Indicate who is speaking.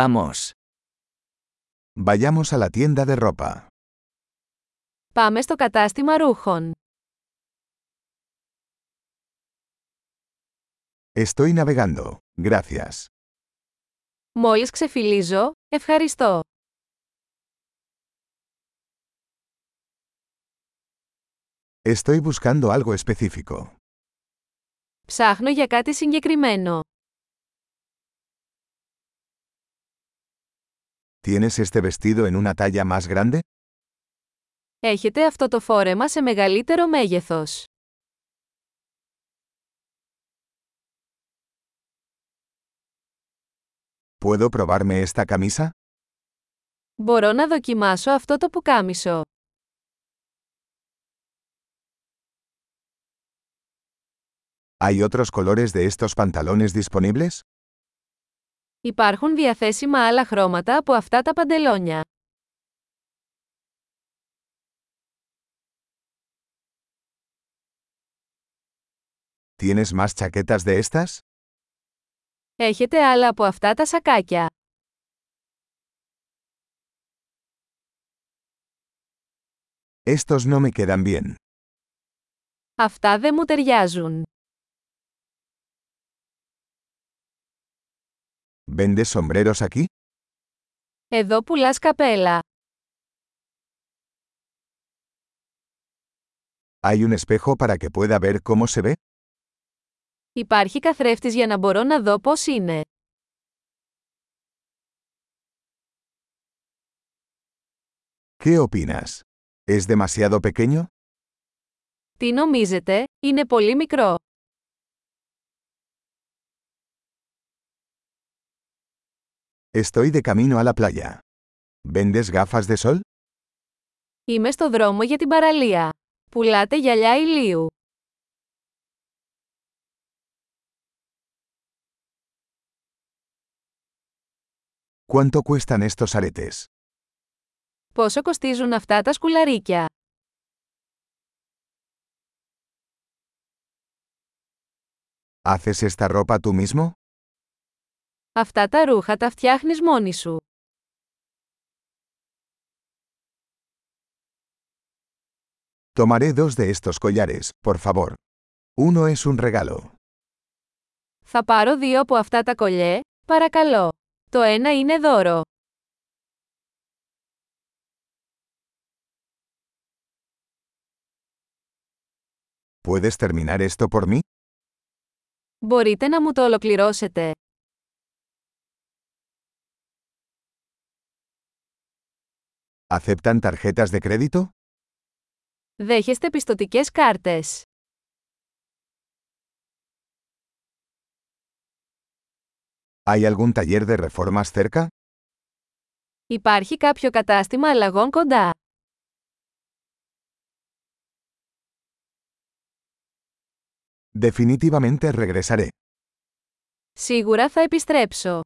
Speaker 1: Vamos.
Speaker 2: Vayamos a la tienda de ropa.
Speaker 3: Πάμε στο κατάστημα ρούχων.
Speaker 2: Estoy navegando, gracias.
Speaker 3: Μόλις ξεφυλίζω, ευχαριστώ.
Speaker 2: Estoy buscando algo específico.
Speaker 3: Ψάχνω για κάτι συγκεκριμένο.
Speaker 2: ¿Tienes este vestido en una talla más grande?
Speaker 3: Έχετε αυτό το φόρεμα σε μεγαλύτερο μέγεθος.
Speaker 2: ¿Puedo probarme esta camisa?
Speaker 3: Μπορώ να δοκιμάσω αυτό το πουκάμισο.
Speaker 2: ¿Hay otros colores de estos pantalones disponibles?
Speaker 3: Υπάρχουν διαθέσιμα άλλα χρώματα από αυτά τα παντελόνια.
Speaker 2: ¿Tienes más chaquetas de estas?
Speaker 3: Έχετε άλλα από αυτά τα σακάκια.
Speaker 2: Estos no me quedan bien.
Speaker 3: Αυτά δεν μου ταιριάζουν.
Speaker 2: ¿Vendes sombreros aquí?
Speaker 3: Εδώ πουλάς καπέλα.
Speaker 2: ¿Hay un espejo para que pueda ver cómo se ve?
Speaker 3: Υπάρχει καθρέφτης για να μπορώ να δω πώς είναι.
Speaker 2: ¿Qué opinas? ¿Es demasiado pequeño?
Speaker 3: Τι νομίζετε, είναι πολύ μικρό.
Speaker 2: Estoy de camino a la playa. ¿Vendes gafas de sol?
Speaker 3: Είμαι στο δρόμο για την παραλία. Πουλάτε γυαλιά ηλίου.
Speaker 2: ¿Cuánto cuestan estos aretes?
Speaker 3: Πόσο κοστίζουν αυτά τα σκουλαρίκια.
Speaker 2: ¿Haces esta ropa tú mismo?
Speaker 3: Αυτά τα ρούχα τα φτιάχνεις μόνη σου.
Speaker 2: Tomaré dos de estos collares, por favor. Uno es un regalo.
Speaker 3: Θα πάρω δύο από αυτά τα κολλιέ, παρακαλώ. Το ένα είναι δώρο.
Speaker 2: ¿Puedes terminar esto por mí?
Speaker 3: Μπορείτε να μου το ολοκληρώσετε.
Speaker 2: ¿Aceptan tarjetas de crédito?
Speaker 3: Δέχεστε πιστοτικές κάρτες.
Speaker 2: ¿Hay algún taller de reformas cerca?
Speaker 3: Υπάρχει κάποιο κατάστημα αλλαγών κοντά.
Speaker 2: Definitivamente regresaré.
Speaker 3: Σίγουρα θα επιστρέψω.